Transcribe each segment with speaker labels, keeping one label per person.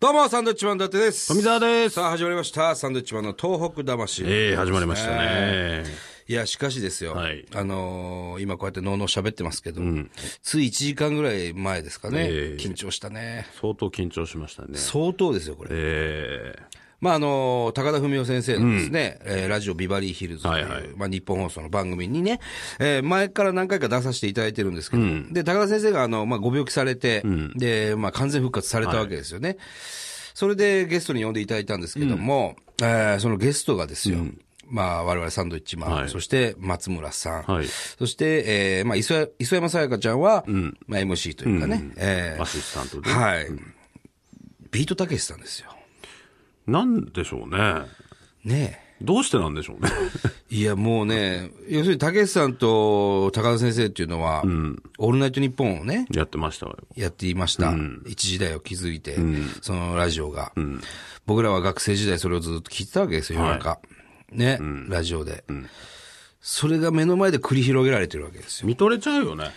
Speaker 1: どうも、サンドウィッチマン伊達です。
Speaker 2: 富澤です
Speaker 1: さあ、始まりました。サンドウィッチマンの東北魂。
Speaker 2: ええ始まりましたね。
Speaker 1: いや、しかしですよ。
Speaker 2: はい
Speaker 1: あのー今こうやってのうのう喋ってますけど、つい1時間ぐらい前ですかね。
Speaker 2: ええ
Speaker 1: 緊張したね。
Speaker 2: 相当緊張しましたね。
Speaker 1: 相当ですよ、これ。
Speaker 2: ええ
Speaker 1: まあ、あのー高田文夫先生のですね、えーラジオビバリーヒルズという、
Speaker 2: はいはい
Speaker 1: まあ、日本放送の番組にね、えー前から何回か出させていただいてるんですけど、で、高田先生が、あの、まあ、ご病気されて、で、まあ、完全復活されたわけですよね。それでゲストに呼んでいただいたんですけども、えーそのゲストがですよ、まあ、我々サンドイッチマン、
Speaker 2: はい
Speaker 1: そして松村さん、
Speaker 2: はい
Speaker 1: そして、えーまあ磯谷、磯山さやかちゃんは、まあ、MC というかね、えー
Speaker 2: アシスタントで。
Speaker 1: はい、ビートたけしさんですよ。
Speaker 2: なんでしょうね。
Speaker 1: ねえ。
Speaker 2: どうしてなんでしょ うね。
Speaker 1: いや、もうね、要するに、たけしさんと高田先生っていうのは、オールナイトニッポンをね、
Speaker 2: やってましたわよ。
Speaker 1: やっていました。一時代を築いて、そのラジオが、僕らは学生時代それをずっと聞いてたわけですよ、夜中。ね、ラジオで、それが目の前で繰り広げられてるわけですよ。
Speaker 2: 見とれちゃうよね。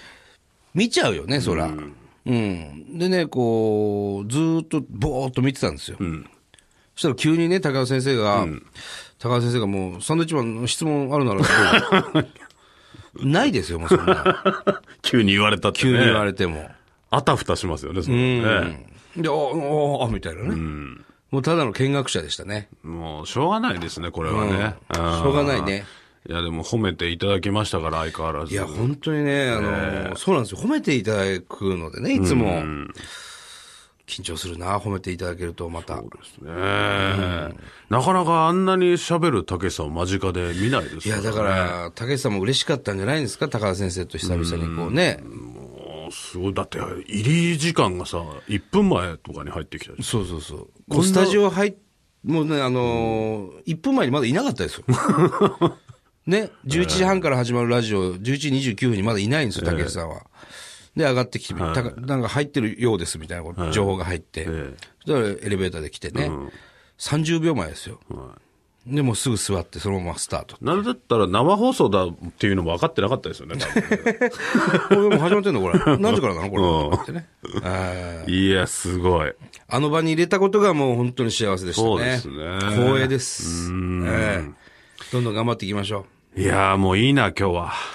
Speaker 1: 見ちゃうよね、そら。うん。でね、こう、ずーっとぼーっと見てたんですよ。そしたら急にね、高田先生が、高田先生がもう、サンドイッチマンの質問あるな らどうぞ、ないですよ、もうそんな。
Speaker 2: 急に言われたって、ね。
Speaker 1: 急に言われても。
Speaker 2: あたふたしますよね、それはね。
Speaker 1: で、おおおみたいなね。もうただの見学者でしたね。
Speaker 2: もう、しょうがないですね、これはね。
Speaker 1: うん
Speaker 2: ん
Speaker 1: しょうがないね。
Speaker 2: いや、でも褒めていただきましたから、相変わらず。
Speaker 1: いや、本当にね、あの、そうなんですよ。褒めていただくのでね、いつも。緊張するな、褒めていただけると、また。
Speaker 2: ねえなかなかあんなに喋るたけしさんを間近で見ないです
Speaker 1: いや、だから、たけしさんも嬉しかったんじゃないんですか高田先生と久々にこうね。
Speaker 2: もうすごい。だって、入り時間がさ、1分前とかに入ってきたでしょ
Speaker 1: そうそうそう。こうスタジオ入っ、もうね、あのー、1分前にまだいなかった ですよ。ね、11時半から始まるラジオ、11時29分にまだいないんですよ、たけしさんは。で、上がってきて、たかなんか入ってるようですみたいなこと情報が入って。
Speaker 2: え
Speaker 1: そしたらエレベーターで来てね、30秒前ですよ。
Speaker 2: は
Speaker 1: で、もうすぐ座って、そのままスタート。
Speaker 2: なるだったら生放送だっていうのも分かってなかったですよね、
Speaker 1: これもう始まってんのこれ。何時からなのこれ。
Speaker 2: うん
Speaker 1: とかってね。はい
Speaker 2: 多分いや、すごい。
Speaker 1: あの場に入れたことがもう本当に幸せでしたね。
Speaker 2: そうですね
Speaker 1: 光栄です。ええどんどん頑張っていきま しょう。
Speaker 2: いやー、もういいな、今日は。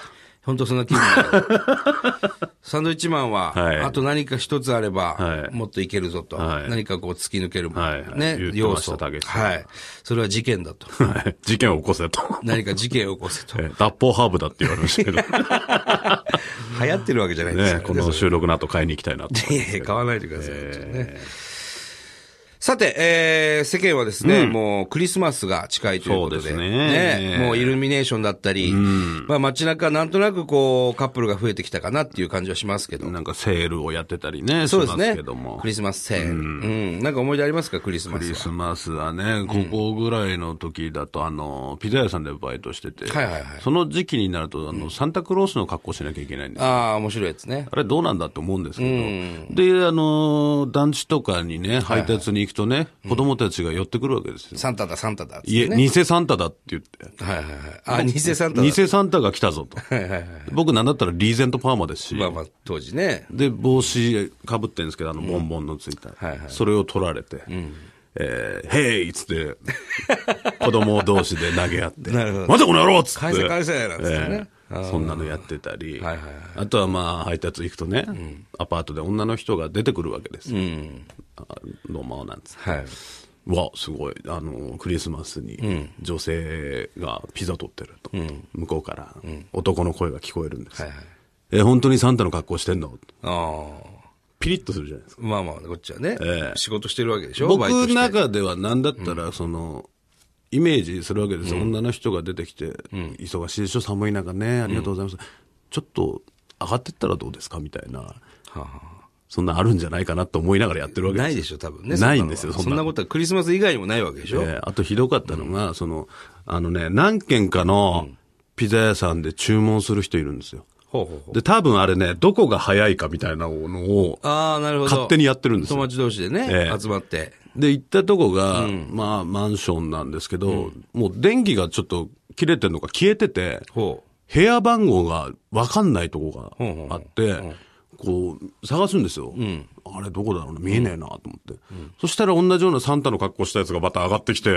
Speaker 1: 本当そんな気分になるサンドイッチマンは、
Speaker 2: はい
Speaker 1: あと何か一つあれば、
Speaker 2: はい
Speaker 1: もっといけるぞと、
Speaker 2: はい
Speaker 1: 何かこう突き抜ける、
Speaker 2: はいはい
Speaker 1: ね
Speaker 2: 言、って
Speaker 1: 要
Speaker 2: ました
Speaker 1: 素。
Speaker 2: たけしさん
Speaker 1: はい。それは事件だと。
Speaker 2: はい事件を起こ せと。
Speaker 1: 何か事件を起こせと。
Speaker 2: え
Speaker 1: 流
Speaker 2: ー脱法ハーブだって言われました けど、
Speaker 1: 行ってるわけじゃないです
Speaker 2: ね、
Speaker 1: か
Speaker 2: こ
Speaker 1: らね、
Speaker 2: の収録の後買いに行きたいなと。
Speaker 1: いやいや、買わないでください。本当にねさて、えー、世間はですね、もうクリスマスが近いということで、
Speaker 2: そうですね
Speaker 1: もうイルミネーションだったり、まあ街中なんとなくこうカップルが増えてきたかなっていう感じはしますけど、
Speaker 2: なんかセールをやってたりね、
Speaker 1: そうで
Speaker 2: し
Speaker 1: す
Speaker 2: ま
Speaker 1: ね。
Speaker 2: けども。
Speaker 1: クリスマスセール、うん。なんか思い出ありますか、クリスマ
Speaker 2: ク
Speaker 1: ス
Speaker 2: リ
Speaker 1: は。
Speaker 2: スマスはね、ここぐらいの時だと、あの、ピザ屋さんでバイトしてて、
Speaker 1: はいはいはい
Speaker 2: その時期になると、あの、サンタクロースの格好しなきゃいけないんですよ
Speaker 1: ああ、面白いですね。
Speaker 2: あれどうなんだと思うんですけど、で、あのー団地とかにね、配達に行くとね、子供たちが寄ってくるわけですよ。
Speaker 1: サンタだ、サンタだっつっ
Speaker 2: いえ、
Speaker 1: てね。
Speaker 2: 偽サンタだって言って。
Speaker 1: はいはいはい。あ、偽サンタだ。
Speaker 2: 偽サンタが来たぞと。
Speaker 1: はいはいはい。
Speaker 2: 僕なんだったらリーゼントパーマですし、
Speaker 1: まあまあ、当時ね。
Speaker 2: で、帽子かぶってるんですけど、あの、ボンボンのついた。
Speaker 1: はいはい
Speaker 2: それを取られて、えー、へいっつって、 子供同士で投げ合って、
Speaker 1: なるほど
Speaker 2: またこの野郎っつって。
Speaker 1: 返せ返せなんつってね
Speaker 2: えーそんなのやってた
Speaker 1: は
Speaker 2: り、
Speaker 1: いはいはい
Speaker 2: あとはまあ配達行くとね、アパートで女の人が出てくるわけですよ。あどうも、なんつって。
Speaker 1: はい。
Speaker 2: わすごいあのクリスマスに女性がピザ取ってると、向こうから男の声が聞こえるんです、
Speaker 1: はいはい
Speaker 2: え本当にサンタの格好してんの
Speaker 1: ああ。
Speaker 2: ピリッとするじゃないですか
Speaker 1: まあまあ、こっちはね、
Speaker 2: ええ
Speaker 1: 仕事してるわけでしょ
Speaker 2: 僕
Speaker 1: バイト
Speaker 2: の
Speaker 1: して
Speaker 2: 中では何だったらその、イメージするわけですよ、女の人が出てきて、忙しいでしょ寒い中ねありがとうございます、ちょっと上がってったらどうですかみたいな
Speaker 1: はあは
Speaker 2: そんなあるんじゃないかなと思いながらやってるわ
Speaker 1: あ
Speaker 2: けです
Speaker 1: ない
Speaker 2: よ
Speaker 1: でしょ、多分ね。
Speaker 2: ないんですよ
Speaker 1: そんなのはそ
Speaker 2: そ
Speaker 1: ん
Speaker 2: んな
Speaker 1: なことはクリスマス以外にもないわけでしょ、
Speaker 2: えーあとひどかったのが、その、あのね、何軒かのピザ屋さんで注文する人いるんですよ。
Speaker 1: ほうほうほう。
Speaker 2: で、多分あれね、どこが早いかみたいなのを、
Speaker 1: ああ、なるほど。
Speaker 2: 勝手にやってるんですよ
Speaker 1: 友達同士でね、
Speaker 2: ええ
Speaker 1: 集まって。
Speaker 2: で、行ったとこが、まあ、マンションなんですけど、もう電気がちょっと切れてるのか消えてて、
Speaker 1: ほう。
Speaker 2: 部屋番号がわかんないとこ
Speaker 1: ほ
Speaker 2: が
Speaker 1: うほうほう
Speaker 2: あって、こう、探すんですよ。あれどこだろうな、見えねえなと思って、そしたら同じようなサンタの格好したやつがまた上がってきて、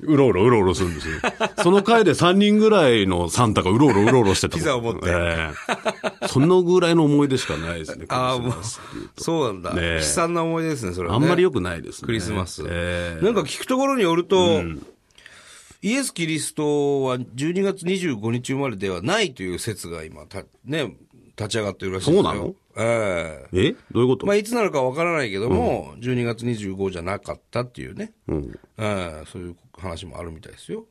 Speaker 2: うろうろうろうろするん ですよ。その回で3人ぐらいのサンタがうろうろうろうろしてた。
Speaker 1: ピザを持って
Speaker 2: ええそのぐらいの思い出しかないですね。
Speaker 1: ああ、
Speaker 2: クリ
Speaker 1: も
Speaker 2: スマスっていう
Speaker 1: う、そうなんだ。
Speaker 2: ねえ
Speaker 1: 悲惨な思い出ですね、それは、
Speaker 2: あ
Speaker 1: ね。
Speaker 2: んまり良くないですね。
Speaker 1: クリスマス。
Speaker 2: ええ
Speaker 1: なんか聞くところによると、イエス・キリストは12月25日生まれではないという説が今、たね、立ち上がってるらしいですよ。
Speaker 2: そうなの
Speaker 1: ええ
Speaker 2: えどういうこと、
Speaker 1: まあ、いつなのかわからないけども、12月25じゃなかったっていうね、ええそういう話もあるみたいですよ。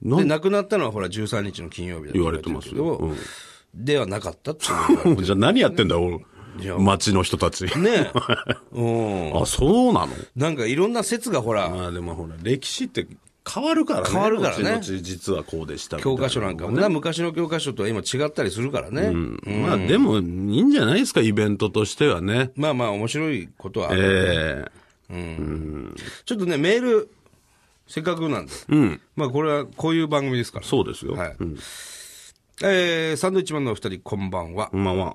Speaker 2: なん
Speaker 1: で、亡くなったのはほら13日の金曜日だと
Speaker 2: 言われてます
Speaker 1: けど、
Speaker 2: よ。うん
Speaker 1: ではなかったっていう。
Speaker 2: じゃあ何やってんだよ、
Speaker 1: いや
Speaker 2: 町の人たち。
Speaker 1: ねえ。うん。
Speaker 2: あ、そうなの
Speaker 1: なんかいろんな説がほら、
Speaker 2: まあでもほら、歴史って変わるからね。
Speaker 1: 変わるからね
Speaker 2: 後々実はこうでしたみたい
Speaker 1: 教
Speaker 2: な
Speaker 1: 科書なんかもな、昔の教科書とは今違ったりするからね。
Speaker 2: まあでも、いいんじゃないですか、イベントとしてはね。
Speaker 1: まあまあ面白いことはある、
Speaker 2: え
Speaker 1: ちょっとね、メール、せっかくなんで。
Speaker 2: えうん。
Speaker 1: まあこれはこういう番組ですから。
Speaker 2: そうですよ。
Speaker 1: はい。えーサンドウィッチマンのお二人、こんばんは。
Speaker 2: まあまあ。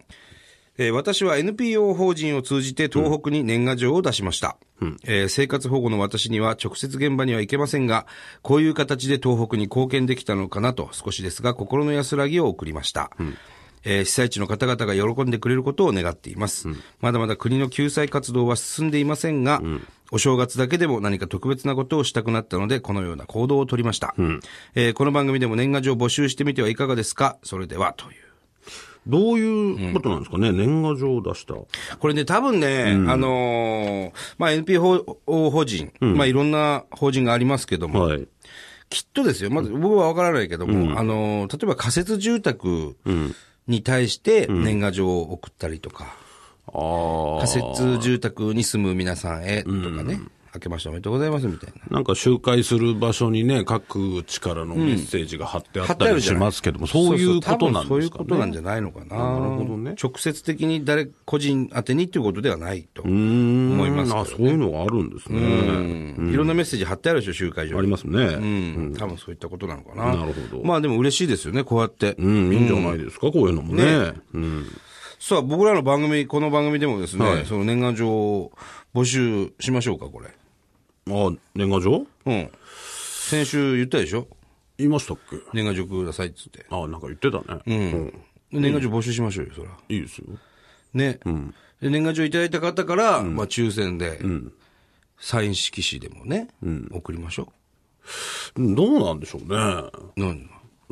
Speaker 1: えー私は NPO 法人を通じて東北に年賀状を出しました、えー生活保護の私には直接現場には行けませんが、こういう形で東北に貢献できたのかなと少しですが心の安らぎを送りました。えー被災地の方々が喜んでくれることを願っています。まだまだ国の救済活動は進んでいませんが、お正月だけでも何か特別なことをしたくなったので、このような行動をとりました、えーこの番組でも年賀状を募集してみてはいかがですかそれでは、という。
Speaker 2: どういうことなんですかね、年賀状を出した。
Speaker 1: これね、多分ね、あのーまあ、NPO 法人、まあ、いろんな法人がありますけども、
Speaker 2: はい。
Speaker 1: きっとですよ、まず僕はわからないけども、あのー例えば仮設住宅に対して年賀状を送ったりとか、
Speaker 2: ああ。
Speaker 1: 仮設住宅に住む皆さんへとかね、明けましておめでとうございますみたいな。
Speaker 2: なんか集会する場所にね、各地からのメッセージが貼ってあ
Speaker 1: 貼
Speaker 2: っ
Speaker 1: って
Speaker 2: た
Speaker 1: ある
Speaker 2: り
Speaker 1: じ
Speaker 2: し
Speaker 1: ゃな
Speaker 2: ますけども、そういうことなん
Speaker 1: そうそう多分そうい
Speaker 2: で
Speaker 1: う
Speaker 2: すか
Speaker 1: こと
Speaker 2: ね。
Speaker 1: なんじゃないのかな。
Speaker 2: なるほどね
Speaker 1: 直接的に誰、個人宛てにっていうことではないと。
Speaker 2: うーん。
Speaker 1: 思いますけど
Speaker 2: あ、そういうのがあるんです
Speaker 1: う
Speaker 2: ね。
Speaker 1: んいろんなメッセージ貼ってあるでしょ、集会所
Speaker 2: あ
Speaker 1: に
Speaker 2: り。ますね。
Speaker 1: うん、多分そういったことなのかな。
Speaker 2: なるほど
Speaker 1: まあでも嬉しいですよね、こうやって。
Speaker 2: うん、いいんじゃないですか、こういうのもね。うん。
Speaker 1: さあ、僕らの番組、この番組でもですね、その年賀状を募集しましょうか、これ。
Speaker 2: あ、年賀状
Speaker 1: うん。先週言ったでしょ
Speaker 2: 言いましたっけ
Speaker 1: 年賀状くださいっつって。
Speaker 2: あ、なんか言ってたね。うん。
Speaker 1: 年賀状募集しましょうよ、そら。
Speaker 2: いいですよ。
Speaker 1: ね。で年賀状いただいた方から、まあ抽選で、サイン色紙でもね、送りましょ
Speaker 2: どうなんでしょうね。
Speaker 1: う。なん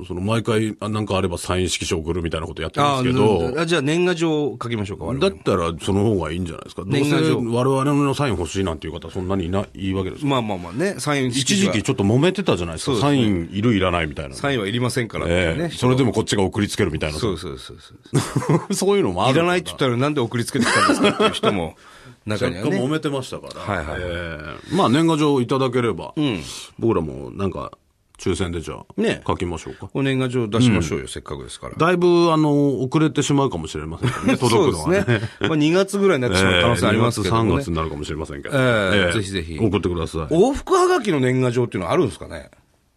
Speaker 2: その毎回あなんかあればサイン色紙送るみたいなことやって
Speaker 1: あ
Speaker 2: ます
Speaker 1: あ
Speaker 2: けど、
Speaker 1: あじゃあ年賀状を書きましょうか、我々
Speaker 2: だったらその方がいいんじゃないですか。どう
Speaker 1: 年
Speaker 2: せ
Speaker 1: 賀状
Speaker 2: 我々のサイン欲しいなんていう方そんなにいないいいわけですよ
Speaker 1: まあまあまあね、サイン色
Speaker 2: 一
Speaker 1: 紙
Speaker 2: 時
Speaker 1: は
Speaker 2: 期ちょっと揉めてたじゃないですか。サインいるいらないみたいな。
Speaker 1: サインはいりませんからってい
Speaker 2: え
Speaker 1: う
Speaker 2: え
Speaker 1: ね。
Speaker 2: それでもこっちが送りつけるみたいな。
Speaker 1: そうそうそうそう。
Speaker 2: そういうのもあ
Speaker 1: い
Speaker 2: る。
Speaker 1: らないって言ったらなんで送りつけてきたんですかっていう人 も中には
Speaker 2: 若干揉
Speaker 1: ね。
Speaker 2: めてましたから。
Speaker 1: はいはい
Speaker 2: ええまあ年賀状いただければ、僕らもなんか抽選でじゃあ、
Speaker 1: ね
Speaker 2: 書きましょうか。
Speaker 1: お年賀状出しましょうよ、せっかくですから。
Speaker 2: だいぶ、あの、遅れてしまうかもしれませんけどね、届くの は
Speaker 1: そうですね。まあ2月ぐらいになってしまう可能性ありますけど
Speaker 2: えー2
Speaker 1: も
Speaker 2: 月3
Speaker 1: ね
Speaker 2: 月。になるかもしれませんけど。
Speaker 1: ええぜひぜひ
Speaker 2: 送ってください。
Speaker 1: 往復はがきの年賀状っていうのはあるんですかね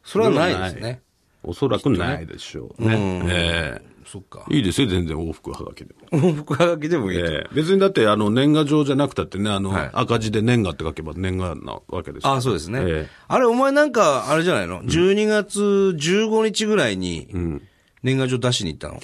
Speaker 1: それはないですね。
Speaker 2: おそらくないでしょうね。え
Speaker 1: そっか
Speaker 2: え。いいですよ、全然往復はがきでも。
Speaker 1: 往復はがきでもいいと。
Speaker 2: ええ別にだって、あの、年賀状じゃなくたってね、あの、
Speaker 1: はい
Speaker 2: 赤字で年賀って書けば年賀なわけですよ
Speaker 1: ああ、そうですね。
Speaker 2: ええ
Speaker 1: あれ、お前なんか、あれじゃないの ?12 月15日ぐらいに、年賀状出しに行ったの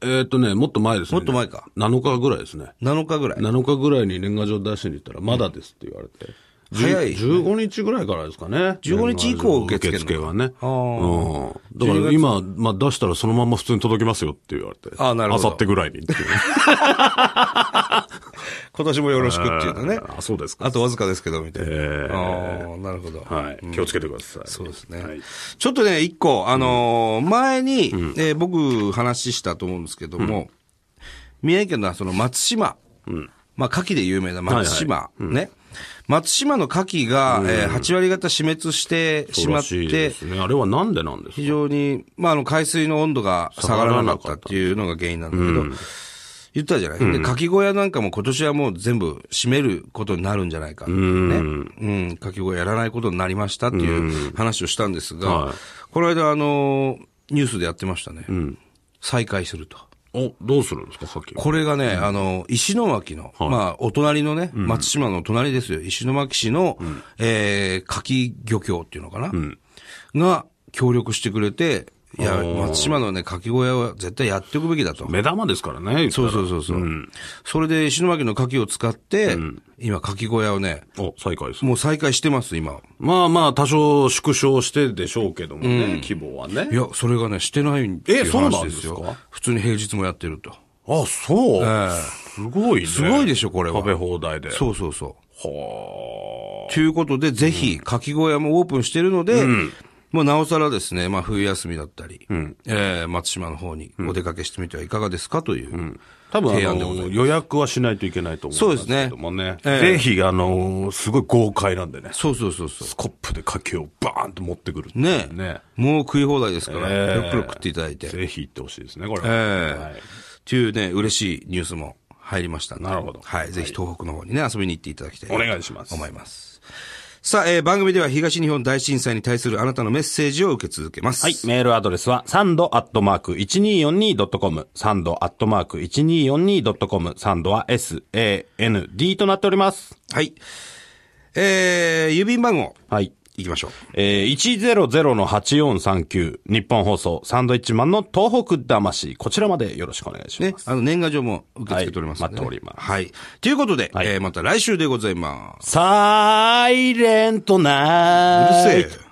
Speaker 2: えっとね、もっと前ですね。
Speaker 1: もっと前か。
Speaker 2: 7日ぐらいですね。
Speaker 1: ?7 日ぐらい。
Speaker 2: 7日ぐらいに年賀状出しに行ったら、まだですって言われて。
Speaker 1: ん早い
Speaker 2: 15日ぐらいからですかね。
Speaker 1: 15日以降受
Speaker 2: 受
Speaker 1: け付けるの
Speaker 2: 付はね。
Speaker 1: あー
Speaker 2: うん。だから今、まあ出したらそのまま普通に届きますよって言われて。
Speaker 1: あーなるほど
Speaker 2: あさってぐらいにっ ていうね。
Speaker 1: 今年もよろしくっていうのね。
Speaker 2: あ、そうですか。
Speaker 1: あとわずかですけど、みたいな。
Speaker 2: ええ
Speaker 1: ああ、なるほど。
Speaker 2: はい。気をつけてください。
Speaker 1: そうですね。
Speaker 2: はい
Speaker 1: ちょっとね、一個、あのー前に、えー僕話したと思うんですけども、宮城県のその松島、まあ、牡蠣で有名な松島、ね。松島の牡蠣が、えー8割方死滅してし
Speaker 2: そう
Speaker 1: ま
Speaker 2: ら
Speaker 1: っ
Speaker 2: しいで
Speaker 1: て、
Speaker 2: すね。あれはなんでなんですか
Speaker 1: 非常に、まあ、あの、海水の温度が下がらなかったっていうのが原因なんだけど、言ったじゃない、で、牡蠣小屋なんかも今年はもう全部閉めることになるんじゃないかっていうね。うん。牡蠣小屋やらないことになりましたっていう話をしたんですが、
Speaker 2: はい
Speaker 1: この間、あの、ニュースでやってましたね。再開すると。
Speaker 2: お、どうするんですか、さっき。
Speaker 1: これがね、あの、石巻の、まあ、お隣のね、松島の隣ですよ。石巻市の、えー、柿漁協っていうのかな、が、協力してくれて、いや、松島のね、柿小屋は絶対やっておくべきだと。
Speaker 2: 目玉ですからね、
Speaker 1: そうそうそうそう、それで石巻の柿を使って、今、柿小屋をね、
Speaker 2: お、再開でする。
Speaker 1: もう再開してます、今。
Speaker 2: まあまあ、多少縮小してでしょうけどもね、規模はね
Speaker 1: い。や、それがね、してないってい
Speaker 2: え
Speaker 1: う
Speaker 2: そう
Speaker 1: 話
Speaker 2: なん
Speaker 1: で
Speaker 2: です
Speaker 1: す
Speaker 2: か
Speaker 1: よ。普通に平日もやってると。
Speaker 2: あ、そう、すごいね。
Speaker 1: すごいでしょこれは
Speaker 2: 食べ放題で。
Speaker 1: そうそうそう。
Speaker 2: は
Speaker 1: ということで、ぜひ、かき小屋もオープンしてるので、まあ、なおさらですね、まあ、冬休みだったり、えー松島の方にお出かけしてみてはいかがですかという。
Speaker 2: あ。多分あ
Speaker 1: 提案でござい
Speaker 2: の、予約はしないといけないと思うんですけどもね。
Speaker 1: そうですねええ
Speaker 2: ぜひ、あの、すごい豪快なんでね。
Speaker 1: そうそうそうそう。
Speaker 2: スコップでかけをバーンと持ってくるっていう
Speaker 1: ねえ
Speaker 2: ね
Speaker 1: もう食い放題ですから、
Speaker 2: え
Speaker 1: ぷろ
Speaker 2: え
Speaker 1: ぷろ食っていただいて。
Speaker 2: ぜひ行ってほしいですね、これ
Speaker 1: え
Speaker 2: は。
Speaker 1: え
Speaker 2: はい
Speaker 1: というね、嬉しいニュースも入りましたんで
Speaker 2: なるほど
Speaker 1: はい。ぜひ東北の方にね、遊びに行っていただきたいな
Speaker 2: お願いします
Speaker 1: と思います。さあ、えー番組では東日本大震災に対するあなたのメッセージを受け続けます。
Speaker 2: はい。メールアドレスは、サンドアットマーク 1242.com。サンドアットマーク 1242.com。サンドは SAND となっております。
Speaker 1: はい。えー、郵便番号、
Speaker 2: はい。
Speaker 1: 行きましょう。
Speaker 2: えー、100-8439。日本放送、サンドイッチマンの東北魂。こちらまでよろしくお願いします。
Speaker 1: ね、あの、年賀状も受け付けておりますのでね、
Speaker 2: はい待っております
Speaker 1: はい。ということで、
Speaker 2: はい
Speaker 1: えーまた来週でございます。
Speaker 2: サイレントナイト。
Speaker 1: うるせえ